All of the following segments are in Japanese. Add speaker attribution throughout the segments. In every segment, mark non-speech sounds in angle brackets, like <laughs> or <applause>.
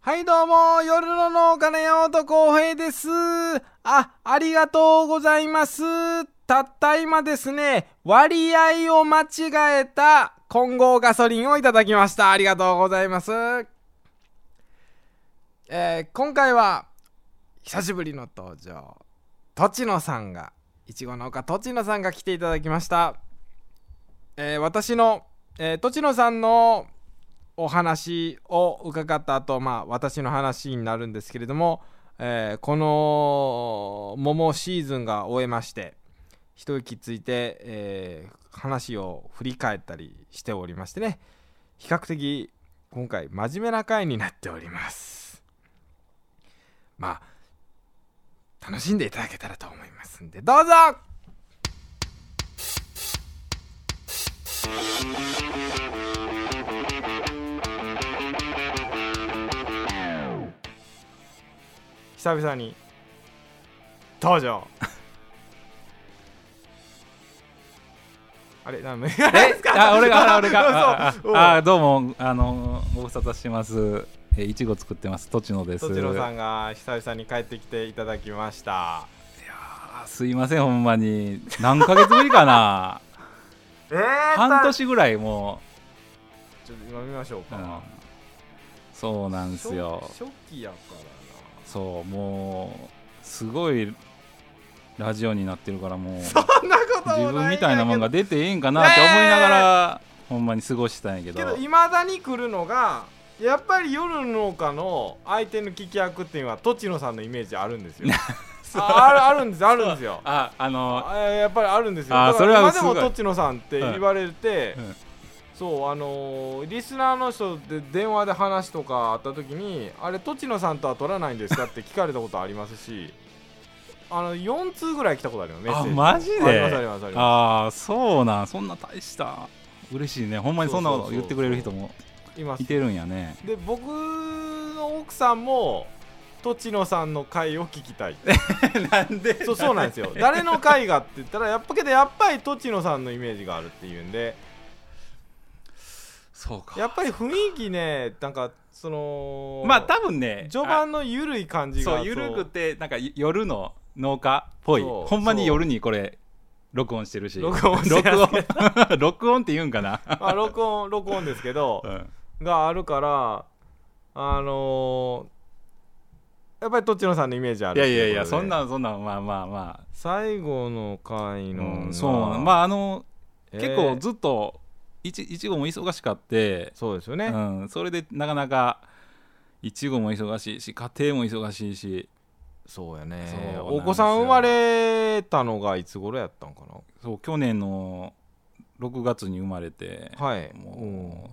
Speaker 1: はいどうも、夜の農家の山本浩平です。あ、ありがとうございます。たった今ですね、割合を間違えた混合ガソリンをいただきました。ありがとうございます。えー今回は、久しぶりの登場、栃野さんが、いちご農家栃野さんが来ていただきました。えー私の、えー、栃野さんのお話を伺った後、まあ私の話になるんですけれども、えーこの桃シーズンが終えまして一息ついて、えー話を振り返ったりしておりましてね比較的今回真面目な回になっておりますまあ楽しんでいただけたらと思いますんでどうぞ久々に登
Speaker 2: <laughs>
Speaker 1: 場あれなんであれですか
Speaker 2: あ、俺が、あら俺が。
Speaker 1: <laughs>
Speaker 2: あ
Speaker 1: 嘘うん
Speaker 2: あ、どうも、あの、ご無沙汰してます。えー、いちご作ってます。とちのです。
Speaker 1: とちろさ
Speaker 2: い
Speaker 1: んが久々に帰ってきていただきました
Speaker 2: やーすいません、ほんまに。何ヶ月ぶり
Speaker 1: <laughs>
Speaker 2: かな。
Speaker 1: えー
Speaker 2: 半年ぐらいも
Speaker 1: ちょっと今見ましょう
Speaker 2: う、
Speaker 1: か、
Speaker 2: うんそうなんですよ。
Speaker 1: 初初期やから
Speaker 2: そう、もう、すごい。ラジオになってるから、もう。
Speaker 1: なそんなことも
Speaker 2: 自
Speaker 1: な
Speaker 2: 分
Speaker 1: い
Speaker 2: みたいなもん
Speaker 1: んや
Speaker 2: が出ていいんかなって思いながら。ほんまに過ごしてたんやけ
Speaker 1: けど
Speaker 2: ど
Speaker 1: けど。いまだに来るのがやっぱり夜の農家の相手の聞き役っていうのは栃野さんのイメージあるん
Speaker 2: <laughs>
Speaker 1: ですよああるあるんですあるんですよ
Speaker 2: あ、あの。
Speaker 1: あやっぱりあるんですよ
Speaker 2: あ
Speaker 1: だ
Speaker 2: ー
Speaker 1: から
Speaker 2: それ
Speaker 1: 今
Speaker 2: は
Speaker 1: です
Speaker 2: ごい
Speaker 1: も栃野さんって言われて、
Speaker 2: うん
Speaker 1: そうあのーリスナーの人で電話で話とかあった時にあれ栃野さんとは取らないんですかって聞かれたことありますし <laughs> あの4通ぐらい来たことあるよメッセージ
Speaker 2: あマジで
Speaker 1: ありますありますありま
Speaker 2: ああそうなんそんな大した嬉しいねほんまにそんなこと言ってくれる人も
Speaker 1: すいます
Speaker 2: いてるんやね
Speaker 1: で僕の奥さんも栃野さんの回を聞きたい
Speaker 2: なんで
Speaker 1: そうそうなんですよ
Speaker 2: <laughs>
Speaker 1: 誰の回がって言ったらやっぱけどやっぱり栃野さんのイメージがあるっていうんで
Speaker 2: そうか
Speaker 1: やっぱり雰囲気ねなんかその
Speaker 2: まあ多分ね
Speaker 1: 序盤の緩い感
Speaker 2: あ
Speaker 1: じが
Speaker 2: そう緩くてなんか夜の農家っぽい
Speaker 1: そう
Speaker 2: ほんまに夜にこれ録音してるし
Speaker 1: 録音してますけ
Speaker 2: 録音 <laughs> 録音って言うんかな、
Speaker 1: まあ録音 <laughs> 録音ですけど
Speaker 2: うん
Speaker 1: があるからあのーやっぱり栃野さんのイメージあ
Speaker 2: い
Speaker 1: る
Speaker 2: や
Speaker 1: って
Speaker 2: いや
Speaker 1: う
Speaker 2: いや
Speaker 1: ことで
Speaker 2: そんなんそんなんまあまあま
Speaker 1: 最後の回
Speaker 2: あ、
Speaker 1: の、
Speaker 2: うんそうなんま
Speaker 1: あ、
Speaker 2: ああの、
Speaker 1: えー
Speaker 2: 結構ずっといちいちごも忙しかって
Speaker 1: そうですよね、
Speaker 2: うん、それでなかなかいちごも忙しいし家庭も忙しいし
Speaker 1: そうやね
Speaker 2: そうなんですよ
Speaker 1: お子さん生まれたのがいつ頃やったんか
Speaker 2: そう去年の6月に生まれて、
Speaker 1: なはい
Speaker 2: も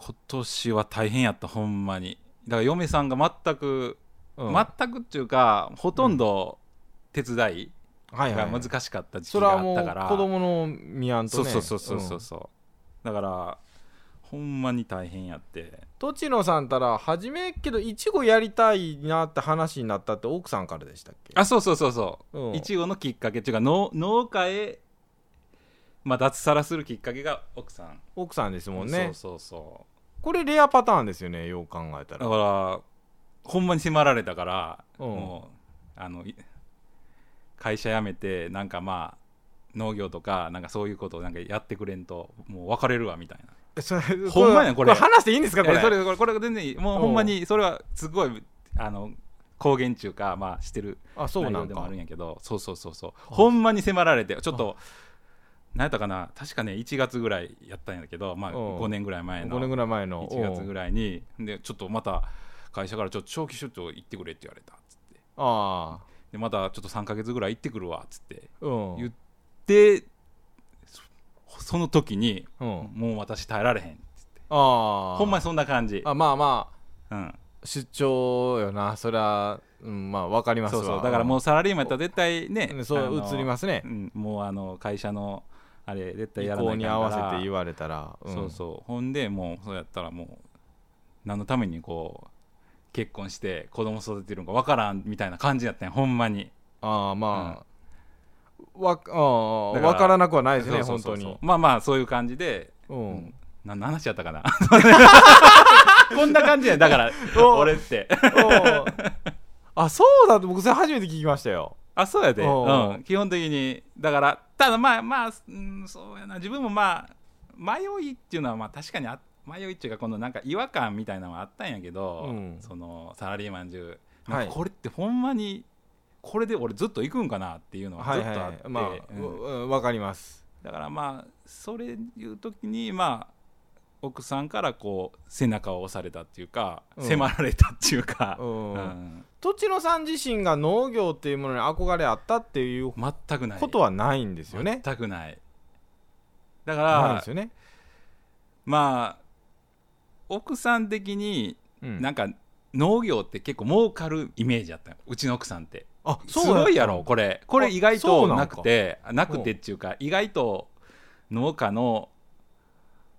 Speaker 2: う今年は大変やったほんまにだから嫁さんが全く、
Speaker 1: うん、うん
Speaker 2: 全くっていうかほとんど手伝い
Speaker 1: はいは
Speaker 2: が
Speaker 1: い
Speaker 2: 難しかった時期
Speaker 1: それ
Speaker 2: が
Speaker 1: は
Speaker 2: あ
Speaker 1: も
Speaker 2: っ
Speaker 1: う
Speaker 2: たから、
Speaker 1: 子供の見合んと
Speaker 2: そう
Speaker 1: ね
Speaker 2: そうそうそうそ
Speaker 1: ん
Speaker 2: うそう、だからほんまに大変やって
Speaker 1: 栃野さんたら初めけどいちごやりたいなって話になったって奥さんからでしたっけ
Speaker 2: あそうそうそうそう
Speaker 1: うん
Speaker 2: いちごのきっかけっていうか農農家へ、まあ、脱サラするきっかけが奥さん
Speaker 1: 奥さんですもんね
Speaker 2: そうそう
Speaker 1: これレアパターンですよねよう考えた
Speaker 2: そうだ
Speaker 1: ら
Speaker 2: からほんまに迫られたから、
Speaker 1: うん
Speaker 2: もうあのい会社辞めてなんかまあ農業とかなんかそういうことをなんかやってくれんともう別れるわみたいな
Speaker 1: <laughs> それ
Speaker 2: ほんまやこれ
Speaker 1: 話していいんですかこれ
Speaker 2: えそれこれこれ全然もう
Speaker 1: うん
Speaker 2: ほんまにそれはすごいあの公言中かまあしてる
Speaker 1: あそうな
Speaker 2: 内容
Speaker 1: ん
Speaker 2: でもあ
Speaker 1: か
Speaker 2: るんやけどそうそうそうそうほんまに迫られてちょっと何やったかな確かね1月ぐらいやったんやけど、まあ、
Speaker 1: うん
Speaker 2: 5年ぐらい前の
Speaker 1: 5年ぐらい前の
Speaker 2: 1月ぐ
Speaker 1: らい
Speaker 2: らいにでちょっとまた会社からちょっと長期出張行ってくれって言われたっつって
Speaker 1: ああ
Speaker 2: でまたちょっと3か月ぐらい行ってくるわっつって
Speaker 1: うん
Speaker 2: 言でそその時に
Speaker 1: うん
Speaker 2: もう私耐えられへん
Speaker 1: ああ
Speaker 2: ほんまにそんな感じ、
Speaker 1: あまあまあ
Speaker 2: うん、
Speaker 1: 出張よなそりゃ、うん、まあわかります
Speaker 2: そ
Speaker 1: わ
Speaker 2: うそうだからもう
Speaker 1: う
Speaker 2: サラリーマンやったら絶対ね
Speaker 1: んそう
Speaker 2: あの
Speaker 1: 映りますね
Speaker 2: うん、もうあの会社のあれ絶対
Speaker 1: 意
Speaker 2: やらな
Speaker 1: 向
Speaker 2: いかん
Speaker 1: に
Speaker 2: から
Speaker 1: 合わせて言われたら、ん
Speaker 2: そうそうほんでもうそうやったらもう何のためにこう結婚して子供育てるのかわからんみたいな感じやったんやほんまに
Speaker 1: ああまあ、わああ
Speaker 2: だから
Speaker 1: わからなくはないですね
Speaker 2: そう
Speaker 1: 本
Speaker 2: そう
Speaker 1: 当
Speaker 2: そうそう
Speaker 1: に
Speaker 2: まあまあそういう感じで、
Speaker 1: う
Speaker 2: うんん、な何話やったかな <laughs> こんな感じやだから
Speaker 1: <laughs> お
Speaker 2: 俺って
Speaker 1: おうあそうだって僕それ初めて聞きましたよ
Speaker 2: あそうやで、
Speaker 1: おうおう
Speaker 2: うん、基本的にだからただまあまあ、うん、そうやな自分もまあ迷いっていうのはまあ確かにあ迷いっていうかこのなんか違和感みたいなのはあったんやけど、
Speaker 1: うん
Speaker 2: そのサラリーマン中
Speaker 1: はい
Speaker 2: これってほんまにこれで俺ずっと行くんかなっていうのは
Speaker 1: は
Speaker 2: ず
Speaker 1: い
Speaker 2: っ
Speaker 1: はい
Speaker 2: とあ
Speaker 1: は
Speaker 2: って、
Speaker 1: いまあ
Speaker 2: うん
Speaker 1: うんわかります
Speaker 2: だからまあそれいう時にまあ奥さんからこう背中を押されたっていうか、
Speaker 1: うん
Speaker 2: 迫られたっていうか、
Speaker 1: うん
Speaker 2: うん
Speaker 1: 栃野さん自身が農業っていうものに憧れあったっていう
Speaker 2: 全くない
Speaker 1: ことはないんですよね
Speaker 2: 全くないだか
Speaker 1: ないで
Speaker 2: ら
Speaker 1: すよね
Speaker 2: まあ奥さん的に
Speaker 1: うん
Speaker 2: なんか農業って結構儲かるイメージだったようちの奥さんって
Speaker 1: あ
Speaker 2: す
Speaker 1: そう
Speaker 2: ごいやろこれこれ意外
Speaker 1: そう
Speaker 2: と
Speaker 1: なんか
Speaker 2: なくてなくてっていうか意外と農家の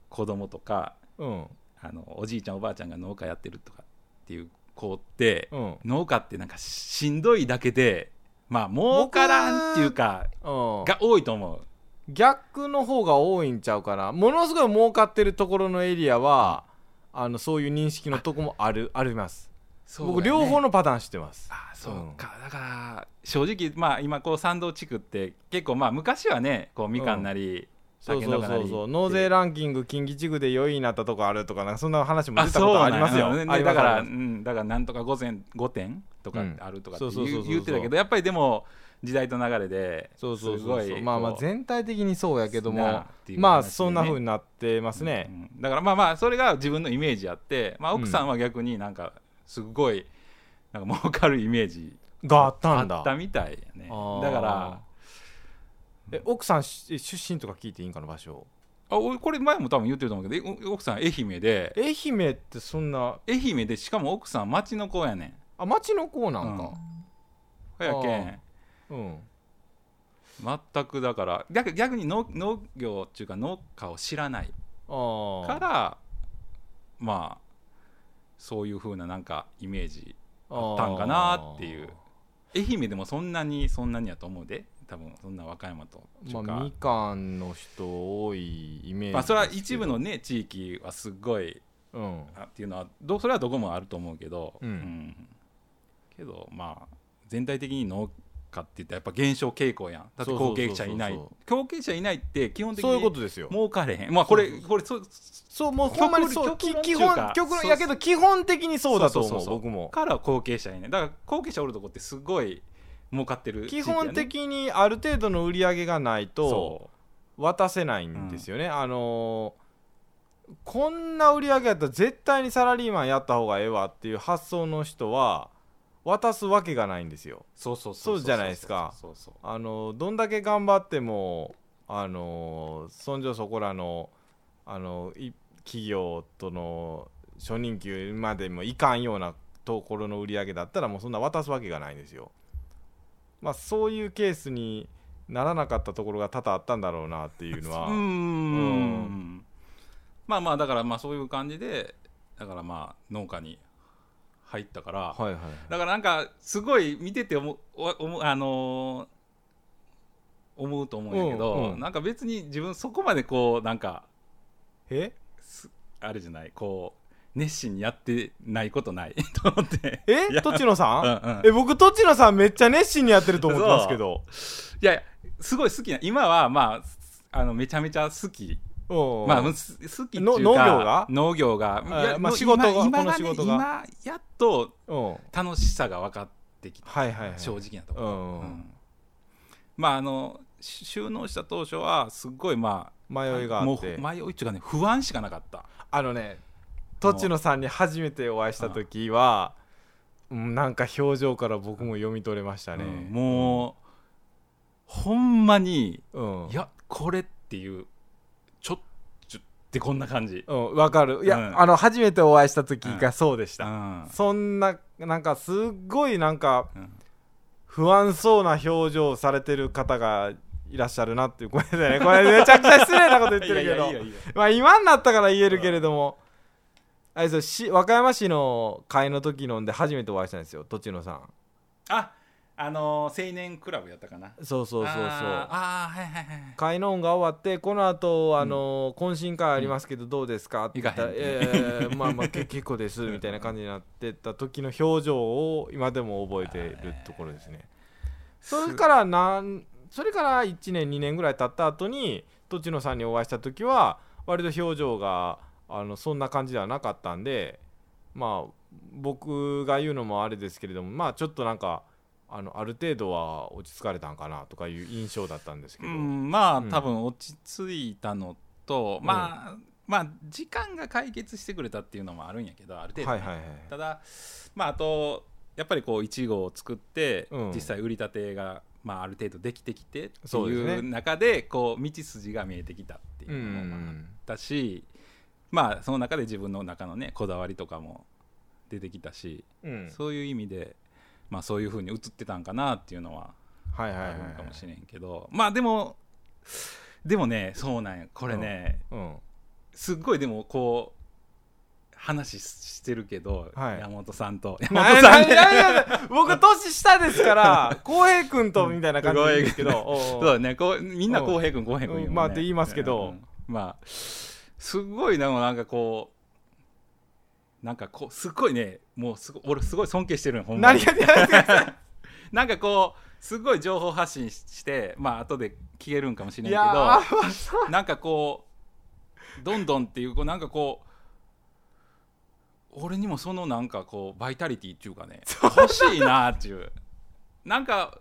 Speaker 2: 子供とか
Speaker 1: うん
Speaker 2: あのおじいちゃんおばあちゃんが農家やってるとかっていう子って、
Speaker 1: うん
Speaker 2: 農家ってなんかしんどいだけでまあ儲からんっていうか
Speaker 1: うん
Speaker 2: が多いと思う
Speaker 1: 逆の方が多いんちゃうかなものすごい儲かってるところのエリアはあのそういう認識のとこもあるあります僕両方
Speaker 2: の
Speaker 1: のパターン知ってます
Speaker 2: あそうか、だから正直まあ今こう山道地区って結構まあ昔はねこうみかんなり、
Speaker 1: そうそうそうそう納
Speaker 2: で
Speaker 1: 税ランキング近畿地区で4位になったとこあるとかなんかそんな話も
Speaker 2: あ
Speaker 1: 出た
Speaker 2: そう
Speaker 1: ことあり
Speaker 2: なん
Speaker 1: ますよ
Speaker 2: うんね
Speaker 1: ありま
Speaker 2: だ
Speaker 1: す
Speaker 2: から、
Speaker 1: あ
Speaker 2: う
Speaker 1: りま
Speaker 2: ん、だからなんとか午前5点とか
Speaker 1: うん
Speaker 2: あるとかっ
Speaker 1: そう
Speaker 2: て
Speaker 1: そうそうそう
Speaker 2: 言う
Speaker 1: そう
Speaker 2: 言ってたけどやっぱりでも時代と流れです
Speaker 1: そうそう
Speaker 2: す
Speaker 1: そ
Speaker 2: ご
Speaker 1: うそう
Speaker 2: い
Speaker 1: まあまあ
Speaker 2: こう
Speaker 1: 全体的にそうやけど
Speaker 2: なあ
Speaker 1: も
Speaker 2: っていう
Speaker 1: まあ
Speaker 2: 話でね
Speaker 1: そんな風になってますね
Speaker 2: うんだからまあまあそれが自分のイメージあって、まあ、奥さんは逆になんかすごいなんか儲かるイメージ
Speaker 1: があったんだ
Speaker 2: あったみたいやね
Speaker 1: あー
Speaker 2: だから
Speaker 1: え奥さんし出身とか聞いていいんかな場所
Speaker 2: あ俺これ前も多分言ってると思うけどえお奥さん愛媛で
Speaker 1: 愛媛ってそんな
Speaker 2: 愛媛でしかも奥さん町の子やねん
Speaker 1: あ町の子なんか
Speaker 2: ほやけん
Speaker 1: うん
Speaker 2: 全くだから逆逆に農農業っていうか農家を知らない
Speaker 1: あ
Speaker 2: か
Speaker 1: あ
Speaker 2: らまあそういう風ななんかイメージあったんかなっていう愛媛でもそんなにそんなにやと思うで多分そんな和歌山と
Speaker 1: ま
Speaker 2: ま
Speaker 1: あ
Speaker 2: あ、
Speaker 1: みかんの人多いイメージ
Speaker 2: まあ、それは一部のね地域はすごい
Speaker 1: うん
Speaker 2: あっていうのはどそれはどこもあると思うけど、
Speaker 1: うん
Speaker 2: んけどまあ全体的に農家って言ったらやっぱ減少傾向やんだって後継者いない
Speaker 1: そうそうそう
Speaker 2: 後継者いないって基本的
Speaker 1: そういうこ
Speaker 2: に
Speaker 1: とですよ
Speaker 2: 儲かれへんまあこれ
Speaker 1: そうそう
Speaker 2: これそう
Speaker 1: そうもうほんまにそう
Speaker 2: 極
Speaker 1: き
Speaker 2: 論
Speaker 1: 基本
Speaker 2: 極論っていうか
Speaker 1: 極論
Speaker 2: そう
Speaker 1: やけど基本的にそうだと
Speaker 2: そう
Speaker 1: 思
Speaker 2: そう
Speaker 1: う
Speaker 2: そう
Speaker 1: 僕も
Speaker 2: から後継者いないだから後継者おるとこってすごい儲かってる地
Speaker 1: 基
Speaker 2: 域やね
Speaker 1: 本的にある程度の売り上げがないと
Speaker 2: そう
Speaker 1: 渡せないんですよね、あのーこんな売り上げやったら絶対にサラリーマンやった方がええわっていう発想の人は渡すわけがないんですよ
Speaker 2: そうそう
Speaker 1: そうじゃないですか
Speaker 2: そうそう
Speaker 1: あのどんだけ頑張ってもあのそんじょそこらのあのい企業との初任給までもいかんようなところの売り上げだったらもうそんな渡すわけがないんですよ。まあそういうケースにならなかったところが多々あったんだろうなっていうのは。
Speaker 2: <laughs> うーん
Speaker 1: う
Speaker 2: まあまあだからまあそういう感じでだからまあ農家に入ったから、
Speaker 1: はいはい、
Speaker 2: だからなんかすごい見てて思うお思うあのー思うと思うんやけど、
Speaker 1: うんうん
Speaker 2: なんか別に自分そこまでこうなんか
Speaker 1: え
Speaker 2: すあれじゃないこう熱心にやってないことない <laughs> と思ってい
Speaker 1: え
Speaker 2: や
Speaker 1: 栃野
Speaker 2: うん
Speaker 1: さ
Speaker 2: うん
Speaker 1: ん、え僕栃野さんめっちゃ熱心にやってると思ってますけど。
Speaker 2: いやいやすごい好きな今はまああのめちゃめちゃ好き
Speaker 1: うん
Speaker 2: まあ、むす好きっていうか
Speaker 1: の農業が
Speaker 2: 農業が
Speaker 1: あ
Speaker 2: いや
Speaker 1: まあ
Speaker 2: の
Speaker 1: 仕事が
Speaker 2: 今今
Speaker 1: この
Speaker 2: ね
Speaker 1: 仕事が
Speaker 2: 今やっと
Speaker 1: うん、はい
Speaker 2: 楽しさが分かってきた、
Speaker 1: はいはい。
Speaker 2: 正直なとこ
Speaker 1: う
Speaker 2: ろ、
Speaker 1: ん
Speaker 2: う
Speaker 1: うん
Speaker 2: んまああのし収納した当初はすっごいまあ
Speaker 1: 迷いがあ
Speaker 2: もう
Speaker 1: って。
Speaker 2: 迷いっていうかね不安しかなかった
Speaker 1: あのね栃野さんに初めてお会いした時は、うんなんか表情から僕も読み取れましたね、
Speaker 2: うんもう、ほんまに
Speaker 1: うん、
Speaker 2: いやこれっていうちょっちょってこんな感じ、
Speaker 1: うん、わかるいや、
Speaker 2: うん
Speaker 1: あの初めてお会いした時がそうでし
Speaker 2: う
Speaker 1: た、
Speaker 2: ん
Speaker 1: そんななんかすっごいなんか
Speaker 2: うん
Speaker 1: 不安そうな表情をされてる方がいらっしゃるなっていうごめんなさいねこれめちゃくちゃ失礼なこと言ってるけど
Speaker 2: いやいやいいよいいよ
Speaker 1: まあ今になったから言えるけれども、あれですよし和歌山市の会の時飲んで初めてお会いしたんですよ栃野さん
Speaker 2: あああのー青年クラブやったかな
Speaker 1: そうそうそうそう
Speaker 2: あーあーはいはいはいはい
Speaker 1: 会の音が終わってこの後あの、懇親会ありますけどどうですか?」って言ったら「い
Speaker 2: 行かへん
Speaker 1: やいやいやまあまあけ <laughs> 結構です」みたいな感じになってた時の表情を今でも覚えてるところですね。それからなんそれから1年2年ぐらい経った後に栃野さんにお会いした時は割と表情があのそんな感じではなかったんでまあ僕が言うのもあれですけれどもまあちょっとなんかあのある程度は落ち着かれたんかなとかいう印象だったんですけ
Speaker 2: う
Speaker 1: ど。
Speaker 2: んまあ
Speaker 1: うん
Speaker 2: 多分落ち着いたのと、まあまあ時間が解決してくれたっていうのもあるんやけどある程度ね、
Speaker 1: はいはいはい
Speaker 2: ただまああとやっぱりこういちごを作って、
Speaker 1: うん
Speaker 2: 実際売り立てが、まあ、ある程度できてきてって
Speaker 1: そうです
Speaker 2: い
Speaker 1: ね
Speaker 2: う中でこう道筋が見えてきたっていう
Speaker 1: う
Speaker 2: のもあっ
Speaker 1: ん
Speaker 2: たし、まあその中で自分の中のねこだわりとかも出てきたし、
Speaker 1: うん
Speaker 2: そういう意味で、まあ、そういうふうに映ってたんかなっていうのは
Speaker 1: はいはいは
Speaker 2: あ
Speaker 1: い
Speaker 2: るんかもしれんけど、まあでもでもねそうなんやこれね、
Speaker 1: うん
Speaker 2: すっごいでもこう話ししてるけど、
Speaker 1: はい
Speaker 2: 山本さん
Speaker 1: <laughs>
Speaker 2: と
Speaker 1: なな
Speaker 2: 山本
Speaker 1: な
Speaker 2: さんね
Speaker 1: な僕年下です
Speaker 2: <laughs>
Speaker 1: から浩平君とみたいな感じですけどお
Speaker 2: そう
Speaker 1: うおう
Speaker 2: だねこうみんな浩平君浩平君言うもんね、
Speaker 1: うんまあって言いますけど
Speaker 2: うんまあすごいでもなんかこうなんかこうすっごいねもうすごい俺すごい尊敬してるのほんまに
Speaker 1: 何が出ないですか
Speaker 2: <laughs> なんかこうすごい情報発信ししてまあ後で消えるんかもしれ
Speaker 1: い
Speaker 2: ないけ
Speaker 1: や
Speaker 2: ど
Speaker 1: ー
Speaker 2: なんかこうどんどんっていうこうなんかこう俺にもそのなんかこうバイタリティっていうかね欲しいなっていうなんか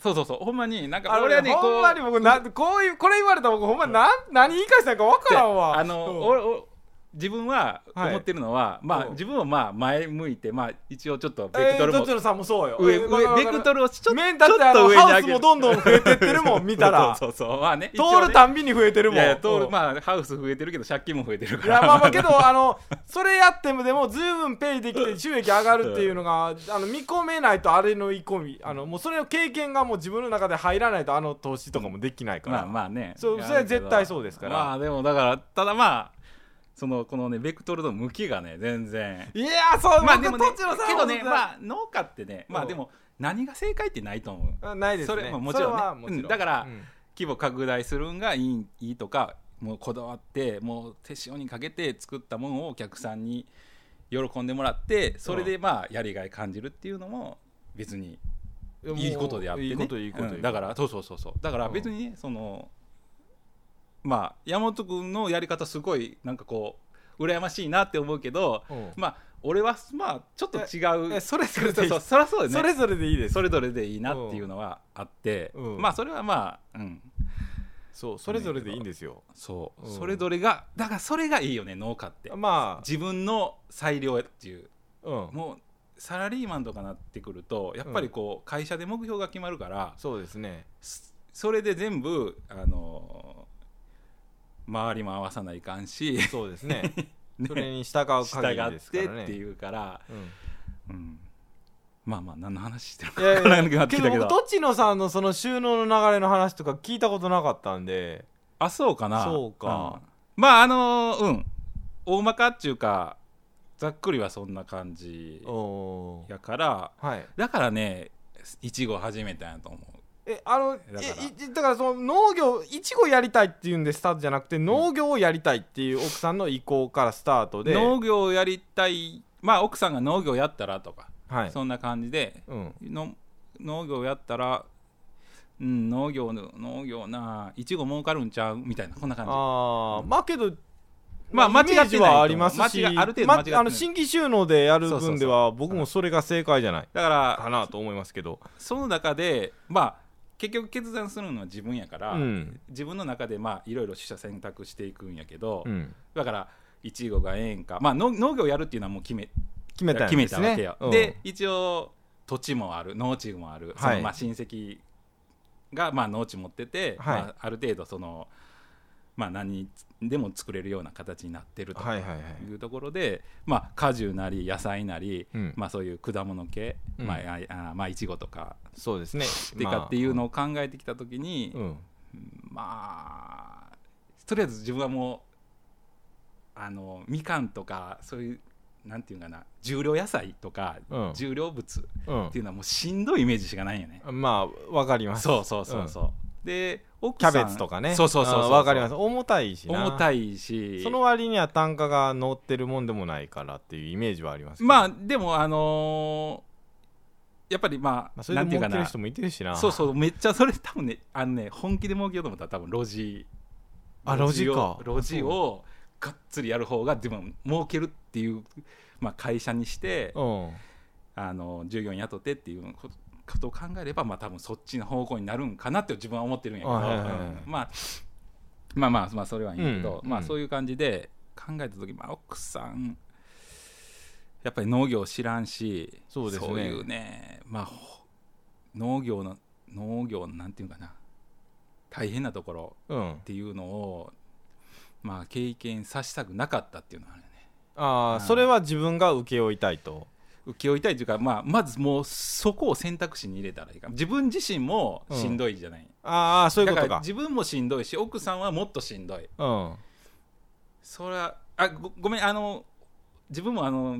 Speaker 2: そうそうそうほんまになんか
Speaker 1: あの
Speaker 2: 俺
Speaker 1: ね
Speaker 2: はねこ
Speaker 1: ほんまに
Speaker 2: う
Speaker 1: 僕なこういうこれ言われたら僕ほんまなん何言い返したんか分からんわ
Speaker 2: あの
Speaker 1: うん
Speaker 2: おお自分は
Speaker 1: はい
Speaker 2: 思ってるのは、まあ
Speaker 1: うん
Speaker 2: 自分はまあ前向いてまあ一応ちょっと
Speaker 1: え
Speaker 2: ベクトル
Speaker 1: ー
Speaker 2: も
Speaker 1: どっちのさんもそうよ
Speaker 2: 上
Speaker 1: えーわか
Speaker 2: 上
Speaker 1: るわか
Speaker 2: ベ
Speaker 1: る
Speaker 2: クトルをちょっと
Speaker 1: 面だってあ
Speaker 2: ち
Speaker 1: の
Speaker 2: ょっと上に
Speaker 1: ハウ
Speaker 2: 上
Speaker 1: ス
Speaker 2: げ
Speaker 1: も
Speaker 2: る
Speaker 1: どんどん増えてってるもん見たら
Speaker 2: <laughs> そうそうそうまあね一応
Speaker 1: 通
Speaker 2: ね
Speaker 1: るたんびに増えてるもん
Speaker 2: いやいや通る
Speaker 1: うん
Speaker 2: まあハウス増えてるけど借金も増えてるか
Speaker 1: い
Speaker 2: ら
Speaker 1: やまあまあけ
Speaker 2: <laughs>
Speaker 1: どあのそれやってもでも十分ペイできて収益上がるっていうのがあの見込めないとあれのい込みあのもうそれの経験がもう自分の中で入らないとあの投資とかもできないから、
Speaker 2: まあまあね
Speaker 1: そうそれは絶対そうですから
Speaker 2: まあでもだからただまあそのこのねベクトルの向きがね全然
Speaker 1: いやそう
Speaker 2: まあ
Speaker 1: 僕
Speaker 2: でもね
Speaker 1: 栃野さん
Speaker 2: けどね
Speaker 1: 本当
Speaker 2: まあ農家ってねま
Speaker 1: う
Speaker 2: あ
Speaker 1: ん
Speaker 2: でも何が正解ってないと思う
Speaker 1: あないですね
Speaker 2: それももちろんね
Speaker 1: それはもちろん
Speaker 2: うんだから
Speaker 1: うん
Speaker 2: 規模拡大するんがいいいいとかもうこだわってもう手塩にかけて作ったものをお客さんに喜んでもらってそれでまあやりがい感じるっていうのも別に
Speaker 1: やもう
Speaker 2: いいことであってね
Speaker 1: いいこといいこといいこと、
Speaker 2: うんだからそうそうそうそうだから別にね、そのまあ山本君のやり方すごいなんかこう羨ましいなって思うけど、
Speaker 1: うん
Speaker 2: まあ俺はまあちょっと違う
Speaker 1: えそれぞ
Speaker 2: そ <laughs>
Speaker 1: れでいう
Speaker 2: うそ
Speaker 1: い
Speaker 2: そうそりゃそうよね
Speaker 1: それぞれでいいです
Speaker 2: それぞれでいいなっていうのはあって、
Speaker 1: うん
Speaker 2: まあそれはまあうん
Speaker 1: そうそれぞれでいいんですよ
Speaker 2: そう、
Speaker 1: うん
Speaker 2: それぞれがだからそれがいいよね農家って
Speaker 1: ま
Speaker 2: 自分の裁量っていう
Speaker 1: あうん
Speaker 2: もうサラリーマンとかなってくるとやっぱりこう、会社で目標が決まるから
Speaker 1: そうですね
Speaker 2: そそれで全部あのー周りも合わさないか
Speaker 1: <laughs>
Speaker 2: んし、
Speaker 1: そうですね
Speaker 2: <laughs> ね
Speaker 1: それに従う限
Speaker 2: 従
Speaker 1: り
Speaker 2: っ
Speaker 1: ですから
Speaker 2: て
Speaker 1: ね
Speaker 2: っていうから、
Speaker 1: うん
Speaker 2: うんまあまあ何の話してるか
Speaker 1: いやいや
Speaker 2: 分からなくなって
Speaker 1: け
Speaker 2: き
Speaker 1: ど
Speaker 2: たけ
Speaker 1: 僕
Speaker 2: ど
Speaker 1: 栃野さんのその収納の流れの話とか聞いたことなかったんで
Speaker 2: あそうかな
Speaker 1: そうか
Speaker 2: うんまああのーうん大まかっていうかざっくりはそんな感じ
Speaker 1: おー
Speaker 2: やから
Speaker 1: はい
Speaker 2: だからねいちご始めたんやと思う
Speaker 1: えあの
Speaker 2: だから
Speaker 1: えいだからその農業いちごやりたいっていうんでスタートじゃなくて農業をやりたいっていう奥さんの意向からスタートで、
Speaker 2: 農業をやりたいまあ奥さんが農業やったらとか、
Speaker 1: はい
Speaker 2: そんな感じで
Speaker 1: うん、
Speaker 2: の農業やったらうん農業の農業ないちご儲かるんちゃうみたいなこんな感じ
Speaker 1: ああまあけど
Speaker 2: まあ間違って
Speaker 1: イメ
Speaker 2: ない
Speaker 1: ージはありますし
Speaker 2: 間違ある程度間違ってない
Speaker 1: あの新規収納でやる
Speaker 2: そうそ
Speaker 1: 分
Speaker 2: う
Speaker 1: で
Speaker 2: そう
Speaker 1: は僕もそれが正解じゃない
Speaker 2: だから
Speaker 1: かなと思いますけど
Speaker 2: その中でまあ結局決断するのは自分やから、
Speaker 1: うん
Speaker 2: 自分の中でまあいろいろ取捨選択していくんやけど、
Speaker 1: うん
Speaker 2: だからいちごがええんかまあの農業やるっていうのはもう決め
Speaker 1: 決めたん
Speaker 2: 決め
Speaker 1: です
Speaker 2: た
Speaker 1: ね
Speaker 2: わけよ、
Speaker 1: うん
Speaker 2: で一応土地もある農地もある、
Speaker 1: はい
Speaker 2: そのまあ親戚がまあ農地持ってて、
Speaker 1: はい
Speaker 2: まあ、ある程度その、まあ、何でも作れるような形になってると
Speaker 1: はいはいはい
Speaker 2: いうところで、まあ、果樹なり野菜なり、
Speaker 1: うん
Speaker 2: まあ、そういう果物系、
Speaker 1: うん
Speaker 2: まあああまあいちごとか
Speaker 1: そうですね
Speaker 2: でかっていうのを考えてきた時に、
Speaker 1: うん
Speaker 2: まあとりあえず自分はもうあのみかんとかそういうなんていうかな重量野菜とか
Speaker 1: うん
Speaker 2: 重量物っ
Speaker 1: うん
Speaker 2: ていうのはもうしんどいイメージしかないよね、
Speaker 1: まあわかります
Speaker 2: そうそうそうそう、で奥
Speaker 1: キャ
Speaker 2: さん
Speaker 1: ベツとかね
Speaker 2: そうそうそうそう
Speaker 1: あわかります重たいしな
Speaker 2: 重たいし
Speaker 1: その割には単価が乗ってるもんでもないからっていうイメージはありますけど
Speaker 2: まあでもあのーやっぱりまあ、
Speaker 1: まあ、そ
Speaker 2: な
Speaker 1: れ
Speaker 2: ん
Speaker 1: で
Speaker 2: てい
Speaker 1: 儲
Speaker 2: うか
Speaker 1: ける
Speaker 2: な
Speaker 1: 人もいてるしな
Speaker 2: そうそうめっちゃそれ多分ねあのね本気で儲けようと思ったら多分路地
Speaker 1: あ
Speaker 2: を
Speaker 1: 路地か
Speaker 2: 路地をがっつりやる方がでも儲けるっていう、まあ、会社にして、
Speaker 1: うん
Speaker 2: あの従業員雇ってっていうことことを考えればまあ多分そっちの方向になるんかなって自分は思ってるんやけど、
Speaker 1: あはいはいはい
Speaker 2: うんまあ、まあまあまあそれはいいんやけど、
Speaker 1: うん
Speaker 2: まあ
Speaker 1: うん
Speaker 2: そういう感じで考えた時、まあ、奥さんやっぱり農業知らんし
Speaker 1: そうですね
Speaker 2: いうねまあほ農業の農業のなんていうかな大変なところ
Speaker 1: うん
Speaker 2: っていうのをまあ経験させたくなかったっていうのはあるよね
Speaker 1: ああそれは自分が請け負いたいと
Speaker 2: 請負いたいというか、まあ、まずもうそこを選択肢に入れたらいいか自分自身もしんどいじゃない、
Speaker 1: ああそういう
Speaker 2: だ
Speaker 1: こ
Speaker 2: か
Speaker 1: と
Speaker 2: ら
Speaker 1: か
Speaker 2: 自分もしんどいし奥さんはもっとしんどい
Speaker 1: うん
Speaker 2: それはあごごめんあの自分もあの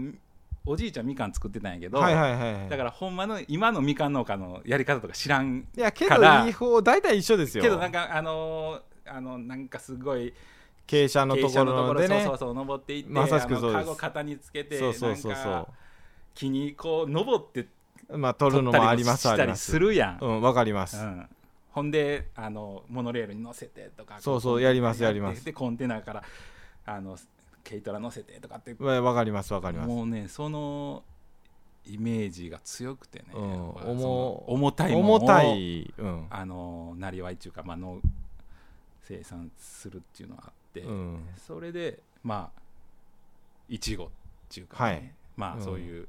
Speaker 2: おじいちゃんみかん作ってたんやけど、
Speaker 1: はいはいはいはい
Speaker 2: だからほんまの今のみかん農家のやり方とか知らん
Speaker 1: いやけ
Speaker 2: か
Speaker 1: ど
Speaker 2: ら
Speaker 1: いい方大体一緒ですよ
Speaker 2: けどなんかあのあのなんかすごい
Speaker 1: 傾斜のところでね
Speaker 2: そうそうそう登っていって
Speaker 1: まさしくそうです
Speaker 2: あのカゴ肩につけて
Speaker 1: そうそうそう
Speaker 2: なん
Speaker 1: そ
Speaker 2: か木にこう登って
Speaker 1: うまあ取るのもあります
Speaker 2: 取
Speaker 1: あ
Speaker 2: った
Speaker 1: り
Speaker 2: り
Speaker 1: ま
Speaker 2: し
Speaker 1: す
Speaker 2: たりするやん
Speaker 1: うんわかります
Speaker 2: うん、ほんであのモノレールに乗せてとか
Speaker 1: そうそう
Speaker 2: こ
Speaker 1: やります
Speaker 2: や
Speaker 1: やります
Speaker 2: ってでコンテナからあの軽トラ乗せてとかって
Speaker 1: わわかりますわかります
Speaker 2: もうねそのイメージが強くてね、
Speaker 1: うん
Speaker 2: やっぱそ
Speaker 1: 重
Speaker 2: の重たいものを
Speaker 1: 重たいうん
Speaker 2: あのなりわいっていうか、まあ、の生産するっていうのがあって、
Speaker 1: うん
Speaker 2: それでまあいちごっていうかね、
Speaker 1: はい
Speaker 2: ま
Speaker 1: う
Speaker 2: あ
Speaker 1: ん
Speaker 2: そういう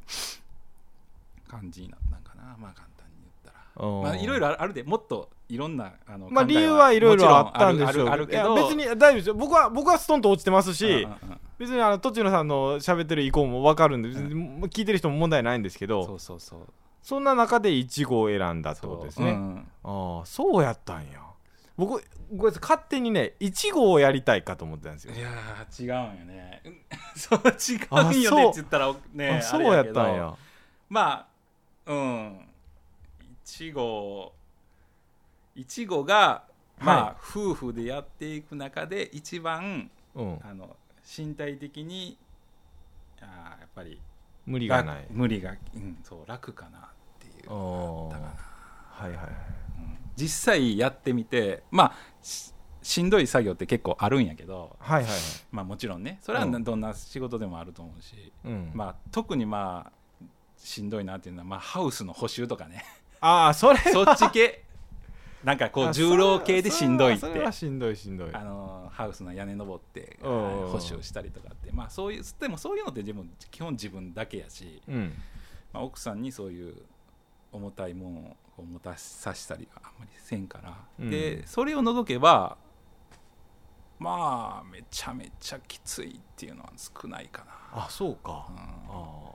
Speaker 2: 感じになったんかなまあ簡単に言ったら。
Speaker 1: うん
Speaker 2: まあ、いろいろあるあるでもっといろんなあの
Speaker 1: まあ理由はいろいろあったんでしょう
Speaker 2: もちろんあるあるあるけど
Speaker 1: いや別に大丈夫ですよ僕は僕はストンと落ちてますし
Speaker 2: うんうんうん
Speaker 1: 別にあの栃野さんの喋ってる意向も分かるんで別に聞いてる人も問題ないんですけ
Speaker 2: そ
Speaker 1: ど
Speaker 2: うそうそう
Speaker 1: そんな中でイチゴを選んだってことですね、
Speaker 2: うん
Speaker 1: ああそうやったんや僕ごめんなさい勝手にねイチゴをやりたいかと思ってたんですよ
Speaker 2: いやー違うんよね <laughs> うんそう違うんよ
Speaker 1: あ
Speaker 2: ね
Speaker 1: そう
Speaker 2: って言ったらね
Speaker 1: あそう
Speaker 2: あ
Speaker 1: やっ
Speaker 2: れけど
Speaker 1: たんや
Speaker 2: まあうんいちごいちごがまあ、
Speaker 1: は
Speaker 2: 夫婦でやっていく中で一番
Speaker 1: うん
Speaker 2: あの身体的にあーやっぱり
Speaker 1: 無理がない
Speaker 2: 楽無理が、うん、そう楽かなっていう
Speaker 1: ああはいはい
Speaker 2: 実際やってみてまあししんどい作業って結構あるんやけど、
Speaker 1: はいはいはい
Speaker 2: まあ、もちろんねそれは
Speaker 1: う
Speaker 2: なんどんな仕事でもあると思うし、
Speaker 1: うん
Speaker 2: まあ、特にまあしんどいなっていうのは、まあ、ハウスの補修とか
Speaker 1: <laughs>
Speaker 2: ね
Speaker 1: ああそれ
Speaker 2: そっち系なんかこう
Speaker 1: あ
Speaker 2: 重労系でしんどいっ
Speaker 1: それはそれは
Speaker 2: て。
Speaker 1: しんどいしんどい
Speaker 2: あのハウスの屋根登って
Speaker 1: うんうんうん
Speaker 2: 補修したりとかって、まあ、そういうでもそういうのって自分基本自分だけやし、
Speaker 1: うん
Speaker 2: まあ、奥さんにそういう重たいもんをこう持たさしたりはあんまりせんから、
Speaker 1: うん
Speaker 2: でそれを除けばまあめちゃめちゃきついっていうのは少ないか
Speaker 1: あそうか
Speaker 2: な、うん
Speaker 1: あ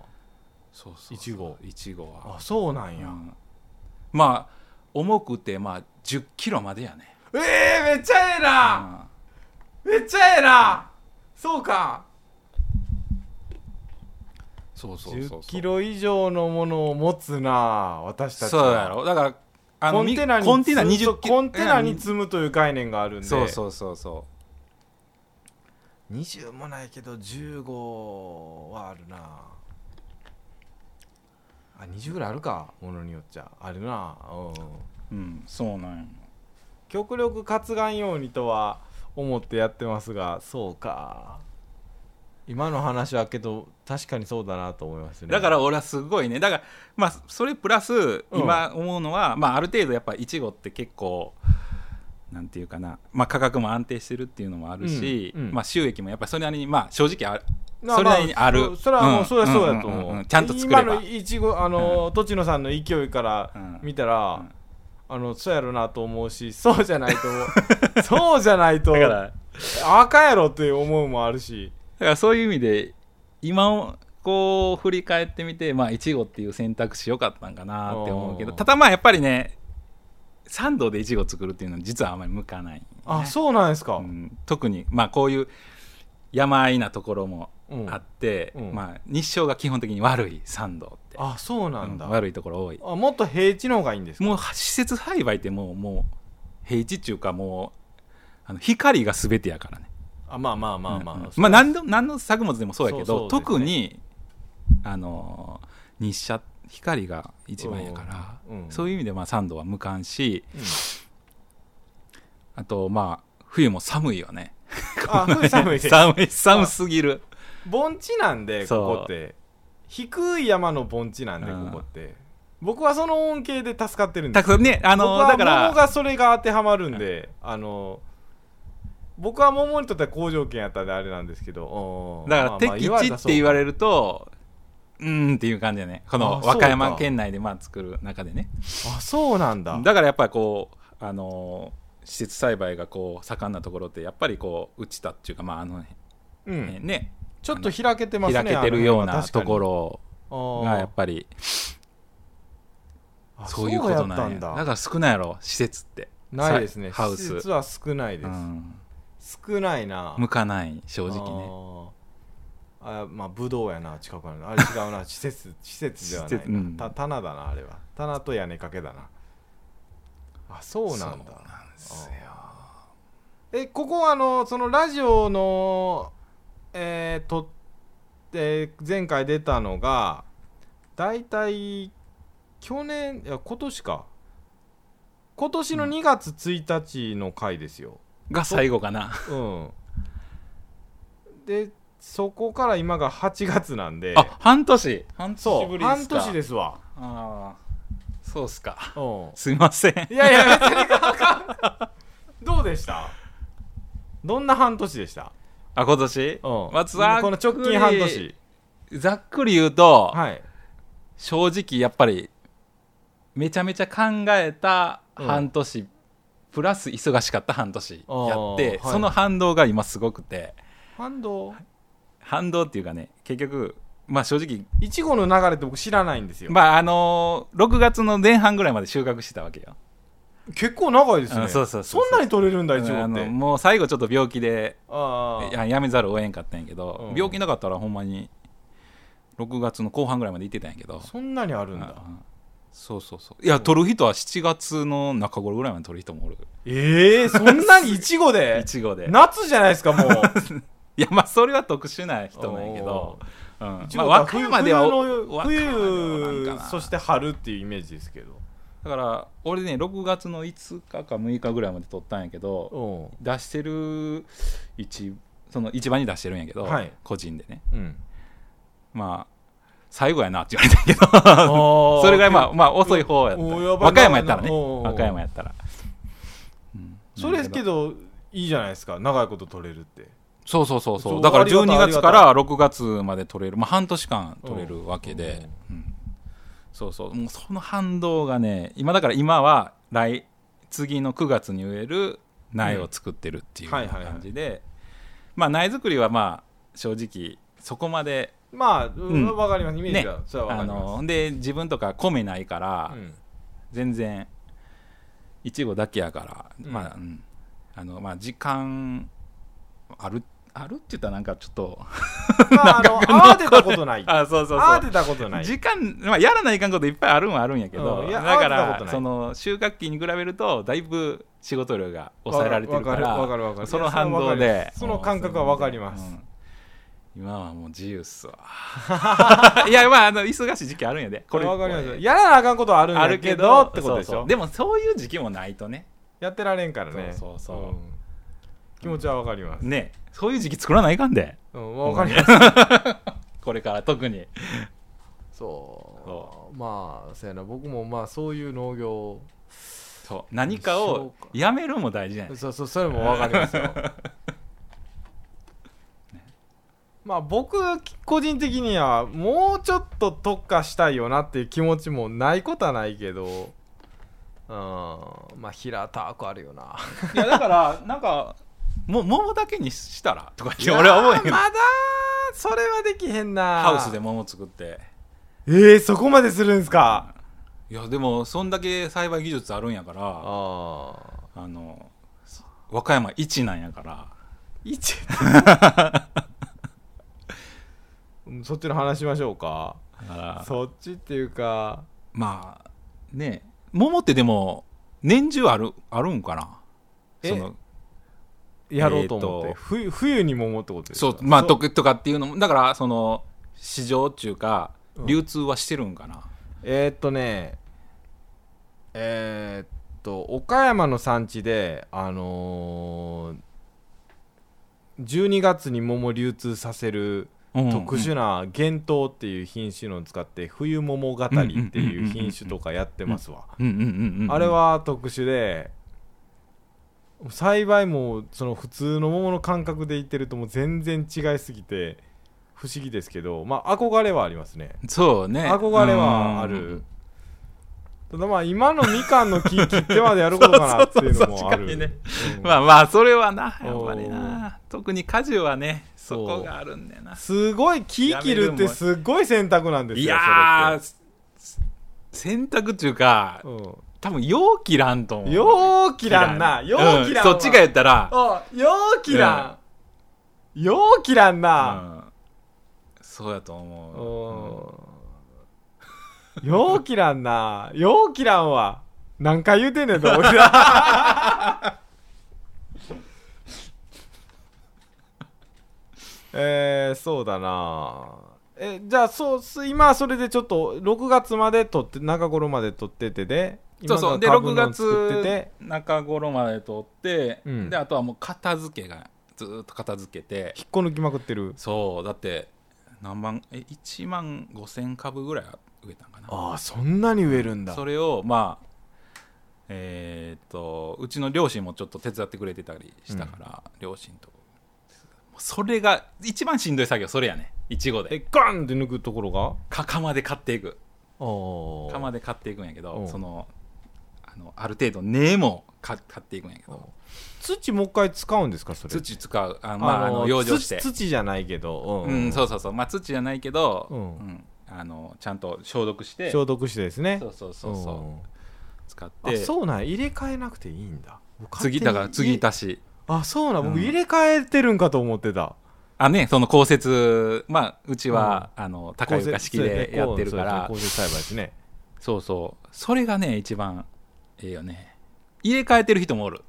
Speaker 2: そうそうそう
Speaker 1: いちご
Speaker 2: いちご
Speaker 1: あ
Speaker 2: は
Speaker 1: あそうなん
Speaker 2: う
Speaker 1: や
Speaker 2: んまあ重くてまあ1 0キロまでやね
Speaker 1: ええめっちゃええなめっちゃええなそうか
Speaker 2: そうそうそう
Speaker 1: 10
Speaker 2: そう
Speaker 1: キロ以上のものを持つな私たちは
Speaker 2: そうやろだからあ
Speaker 1: コ
Speaker 2: の
Speaker 1: ン
Speaker 2: み
Speaker 1: テナに
Speaker 2: コンテナ
Speaker 1: 積むと
Speaker 2: 20キロ
Speaker 1: コンテナに積むという概念があるんで
Speaker 2: そうそうそうそう
Speaker 1: 20もないけど15はあるなあ20ぐらいあるかものによっちゃあるなうん
Speaker 2: うんそうなんよ
Speaker 1: 極力担がんようにとは思ってやってますがそうか今の話はけど確かにそうだなと思いますね
Speaker 2: だから俺はすごいねだからまあそれプラス今思うのは、まあある程度やっぱいちごって結構なんていうかな、まあ、価格も安定してるっていうのもあるし、
Speaker 1: うんうん
Speaker 2: まあ、収益もやっぱりそれなりにまあ正直あ
Speaker 1: まあ
Speaker 2: それなりにある
Speaker 1: まそそれはも
Speaker 2: う
Speaker 1: うんそれはそうやと思う,、
Speaker 2: うんうんうんちゃんと作れば
Speaker 1: 今のいちごあの栃野さんの勢いから
Speaker 2: うん
Speaker 1: 見たら、
Speaker 2: うん
Speaker 1: あのそうやろなと思うしそうじゃないと思
Speaker 2: <laughs>
Speaker 1: うそうじゃないと
Speaker 2: だからだか
Speaker 1: あかんやろっていう思うもあるし
Speaker 2: らそういう意味で今をこう振り返ってみてまあいちごっていう選択肢良かったんかなって思うけど
Speaker 1: おー
Speaker 2: ただまあやっぱりねサンドでいちご作るっていうのは実はあまり向かない、ね、
Speaker 1: あそうなんですか、
Speaker 2: うん特にまあこういう山あいなところも
Speaker 1: うん
Speaker 2: あって、
Speaker 1: うん
Speaker 2: まあ、日照が基本的に悪い山道って
Speaker 1: あそうなんだ、
Speaker 2: うん悪いところ多い
Speaker 1: あもっと平地の方がいいんですか
Speaker 2: もうは施設栽培ってもうもう平地っていうかもうあの光が全てやからね
Speaker 1: あまあまあまあまあ、
Speaker 2: うんうん
Speaker 1: そう
Speaker 2: まあ何の何の作物でもそうやけど
Speaker 1: そうそうですね
Speaker 2: 特にあのー日射光が一番やから、
Speaker 1: うんうん
Speaker 2: そういう意味でまあ3度は無感し、
Speaker 1: うん
Speaker 2: あとまあ冬も寒いよね
Speaker 1: あ冬寒いです
Speaker 2: 寒い寒すぎる
Speaker 1: 盆地なんで
Speaker 2: そう
Speaker 1: ここって低い山の盆地なんで
Speaker 2: うん
Speaker 1: ここって、僕はその恩恵で助かってるんで
Speaker 2: た
Speaker 1: す
Speaker 2: くさんねあ
Speaker 1: 僕
Speaker 2: のー
Speaker 1: は
Speaker 2: だから
Speaker 1: 桃がそれが当てはまるんで、あの僕は桃にとっては好条件やったんであれなんですけどうん
Speaker 2: だ
Speaker 1: まあ
Speaker 2: か
Speaker 1: ま
Speaker 2: ら
Speaker 1: あ
Speaker 2: 敵地って言われ
Speaker 1: る
Speaker 2: るとうーんっていう感じだねこ
Speaker 1: あ
Speaker 2: の
Speaker 1: そうか
Speaker 2: 和歌山県内でまあ作る中でね
Speaker 1: そうかあそうなんだ
Speaker 2: だからやっぱりこうあのー施設栽培がこう盛んなところってやっぱりこう打ちたっていうかまああの
Speaker 1: う
Speaker 2: ね
Speaker 1: ん、
Speaker 2: ね
Speaker 1: ちょっと開けてますね
Speaker 2: 開けてるよう
Speaker 1: あの
Speaker 2: な
Speaker 1: 辺は
Speaker 2: ところ
Speaker 1: ろ
Speaker 2: がやっぱりそういうことなんやだから少ないやろ施設って
Speaker 1: ないですね
Speaker 2: さハウ
Speaker 1: 施
Speaker 2: ス
Speaker 1: 設は少ないで
Speaker 2: う
Speaker 1: す、
Speaker 2: ん
Speaker 1: 少ないな
Speaker 2: 向かない正直ね
Speaker 1: ねあーあまあ武道やな近くなのあれ違うな <laughs> 施設施設ではない
Speaker 2: 施設うん
Speaker 1: な、た棚だなあれは棚と屋根掛けだなあそうなんだ
Speaker 2: そうなんですよ
Speaker 1: あーえここはあのそのラジオのえー、とって前回出たのがだいたい去年いや今年か今年の2月1日の回ですよ、
Speaker 2: が最後かな
Speaker 1: うん、でそこから今が8月なんで
Speaker 2: あ半年半
Speaker 1: そ
Speaker 2: 年ぶ
Speaker 1: う
Speaker 2: りですか
Speaker 1: 半年ですわ、
Speaker 2: ああそうっすか <laughs>
Speaker 1: うん、
Speaker 2: すいません
Speaker 1: いやいや別にかどうでしたどんな半年でした、
Speaker 2: あ今年
Speaker 1: うん、
Speaker 2: まあざっくり
Speaker 1: この直近半年
Speaker 2: ざっくり言うと、
Speaker 1: はい
Speaker 2: 正直やっぱりめちゃめちゃ考えた半年、プラス忙しかった半年や
Speaker 1: あー
Speaker 2: っ
Speaker 1: は
Speaker 2: て、
Speaker 1: い
Speaker 2: その反動が今すごくて
Speaker 1: 半動
Speaker 2: 反動っていうかね結局まあ正直
Speaker 1: いちごの流れって僕知らないんですよ、
Speaker 2: まああのー6月の前半ぐらいまで収穫してたわけよ
Speaker 1: 結構長いですね
Speaker 2: あそうそうそうそう
Speaker 1: そんなに取れるんだいちご
Speaker 2: あ
Speaker 1: っ
Speaker 2: の
Speaker 1: て
Speaker 2: もう最後ちょっと病気で
Speaker 1: あー
Speaker 2: ややめざるを得んかったんやけど、
Speaker 1: うん
Speaker 2: 病気なかったらほんまに6月の後半ぐらいまで行ってたんやけど
Speaker 1: そんなにあるん
Speaker 2: う
Speaker 1: だ
Speaker 2: んそうそうそういや取る人は7月の中頃ぐらいまで取る人もおる
Speaker 1: ええー、そんなにいちごで
Speaker 2: <laughs> いちごで
Speaker 1: 夏じゃないですかもう
Speaker 2: いやまあそれは特殊な人なんやけど、うん
Speaker 1: 一
Speaker 2: まあ
Speaker 1: 応
Speaker 2: 和歌山では
Speaker 1: 冬の
Speaker 2: 和歌山ではなんか
Speaker 1: 冬
Speaker 2: な
Speaker 1: そして春っていうイメージですけど
Speaker 2: だから俺ね6月の5日か6日ぐらいまで取ったんやけど
Speaker 1: う
Speaker 2: 出してる一その一番に出してるんやけど、
Speaker 1: はい
Speaker 2: 個人でね
Speaker 1: ん、
Speaker 2: まあ最後やなって言われたんやけど
Speaker 1: そ
Speaker 2: それぐらいまあまあ遅い方やった
Speaker 1: おー
Speaker 2: 和
Speaker 1: やばい
Speaker 2: 歌山やったらね
Speaker 1: おーおー
Speaker 2: 和歌山やったら、うん
Speaker 1: それけどいいじゃないですか長いこと取れるって
Speaker 2: そうそうそう
Speaker 1: そ
Speaker 2: そううだから
Speaker 1: ありがたい
Speaker 2: 12月から6月まで取れる、まあ、半年間取れるわけで、うんそうそうもうその反動がね今だから今は来次の9月に植える苗を作ってるっていう
Speaker 1: うんはいはいはい
Speaker 2: 感じでまあ苗作りはまあ正直そこまで
Speaker 1: まあ、うんん、わかりますイメージは、
Speaker 2: ね
Speaker 1: それはわか
Speaker 2: あ
Speaker 1: ります、
Speaker 2: ので自分とか米ないから、
Speaker 1: うん
Speaker 2: 全然いちごだけやから、
Speaker 1: うん
Speaker 2: まあ、うんあのまあ時間あるあるって言ったらなんかちょっと
Speaker 1: まあ、あ
Speaker 2: <laughs>
Speaker 1: の慌てたことない
Speaker 2: あそうそうそう
Speaker 1: 慌てたことない
Speaker 2: 時間、まあ、やらないかんこといっぱいあるんはあるんやけど、
Speaker 1: うんいや
Speaker 2: だか
Speaker 1: あること
Speaker 2: ら
Speaker 1: ない
Speaker 2: その収穫期に比べるとだいぶ仕事量が抑えられてるから
Speaker 1: わかるわかるわかる
Speaker 2: その反動で
Speaker 1: その感覚はわかります
Speaker 2: うん今はもう自由っ
Speaker 1: <laughs>
Speaker 2: すわいやまああの忙しい時期あるんやで
Speaker 1: これわかりま
Speaker 2: こ
Speaker 1: す
Speaker 2: れ
Speaker 1: やらなあかんことはあるん
Speaker 2: あ
Speaker 1: だ
Speaker 2: る
Speaker 1: け
Speaker 2: け
Speaker 1: ど
Speaker 2: ど
Speaker 1: ってことでしょ
Speaker 2: そうそうでもそういう時期もないとね
Speaker 1: やってられんからね
Speaker 2: そうそうそうん
Speaker 1: 気持ちはわかります、
Speaker 2: ねそういう時期作らないかんで
Speaker 1: うんわかります
Speaker 2: これから特に
Speaker 1: そう
Speaker 2: そ
Speaker 1: まあそうやな僕もまあそういう農業
Speaker 2: そう何かをやめるも大事じゃない
Speaker 1: そうそうそれもわかります
Speaker 2: <laughs>
Speaker 1: よまあ僕個人的にはもうちょっと特化したいよなっていう気持ちもないことはないけどうんまあ平たくあるよない
Speaker 2: やだからなんかもう桃だけにしたらとかって俺は思うんや
Speaker 1: い
Speaker 2: け
Speaker 1: やー
Speaker 2: ど
Speaker 1: まだそれはできへんな
Speaker 2: ハウスで桃作って
Speaker 1: えー、そこまでするんすか
Speaker 2: いやでもそんだけ栽培技術あるんやからあ
Speaker 1: あ
Speaker 2: の和歌山一なんやから
Speaker 1: 一うん <laughs> そっちの話しましょうか
Speaker 2: だから
Speaker 1: そっちっていうか
Speaker 2: まあね桃ってでも年中あるあるんかな
Speaker 1: え
Speaker 2: その
Speaker 1: やろうと思って、
Speaker 2: えーと
Speaker 1: 冬冬にも思ってことです
Speaker 2: そ
Speaker 1: か
Speaker 2: うまあととかっていうのもだからその市場っていうか
Speaker 1: うん
Speaker 2: 流通はしてるんかな、
Speaker 1: えー、っとねえー、っと岡山の産地であのー、12月に桃流通させる
Speaker 2: うん
Speaker 1: 特殊な幻冬っていう品種のを使って冬桃語りっていう品種とかやってますわ
Speaker 2: うんうんうんうん
Speaker 1: あれは特殊で栽培もその普通の桃の感覚でいってるともう全然違いすぎて不思議ですけどまあ憧れはありますね
Speaker 2: そうね
Speaker 1: 憧れはあるただまあ今のみかんの木切ってまでやることかなっていうのもある
Speaker 2: <laughs> そうそうそう確かにね
Speaker 1: うん
Speaker 2: まあまあそれはなやっぱり
Speaker 1: お
Speaker 2: な特に果樹はねそ
Speaker 1: そう
Speaker 2: こがあるんだよな
Speaker 1: すごい木切るってすごい選択なんですよ
Speaker 2: いや
Speaker 1: そ
Speaker 2: ー洗濯っていうか
Speaker 1: れって
Speaker 2: 多分容器らんと
Speaker 1: う
Speaker 2: 思
Speaker 1: ん
Speaker 2: う
Speaker 1: よう切らんなよう切らん
Speaker 2: う
Speaker 1: わ
Speaker 2: んそっちが言ったら
Speaker 1: およう切らんよう切らんな
Speaker 2: うんそうやと思
Speaker 1: おーよう切らんなよう切らんわ何回言うてんねん
Speaker 2: <laughs>
Speaker 1: と思ってたえー、そうだなえじゃあそうす今それでちょっと6月まで撮って中頃まで撮っててで
Speaker 2: うそうそうで
Speaker 1: 今
Speaker 2: 6
Speaker 1: が株の作って
Speaker 2: 月
Speaker 1: て
Speaker 2: 中頃まで取って、
Speaker 1: うん
Speaker 2: であとはもう片付けがずーっと片付けて
Speaker 1: 引っこ抜きまくってる
Speaker 2: そうだって何万え1万5000株ぐらい植えたんかな
Speaker 1: ああそんなに植えるんだ
Speaker 2: それをまあえーっとうちの両親もちょっと手伝ってくれてたりしたから、両親ともうそれが一番しんどい作業それやねいちご
Speaker 1: え
Speaker 2: で
Speaker 1: ガンって抜くところが
Speaker 2: か釜で買っていく
Speaker 1: お
Speaker 2: 釜で買っていくんやけ
Speaker 1: お
Speaker 2: ど
Speaker 1: う
Speaker 2: そのあのある程度根もか買っていくんやけど
Speaker 1: 土もう一回使うんですかそれ
Speaker 2: 土使うあまああの養生して
Speaker 1: 土土じゃないけど、
Speaker 2: うんそうそうそうまあ土じゃないけど、
Speaker 1: う
Speaker 2: うんんあのちゃんと消毒して
Speaker 1: 消毒してですね
Speaker 2: そうそうそうそう使っ
Speaker 1: んあ
Speaker 2: て
Speaker 1: そうなん入れ替えなくていいんだ僕勝手
Speaker 2: 次
Speaker 1: に
Speaker 2: だから次足し
Speaker 1: あそうなん僕
Speaker 2: うん
Speaker 1: 入れ替えてるんかと思ってた、
Speaker 2: あね、その降雪、まあ、うちは、あの高い床式でやってるから
Speaker 1: こう、そうですねこうそうですねこういう栽培ですね
Speaker 2: そうそう、それがね、一番ええよね。入れ替えてる人もおる、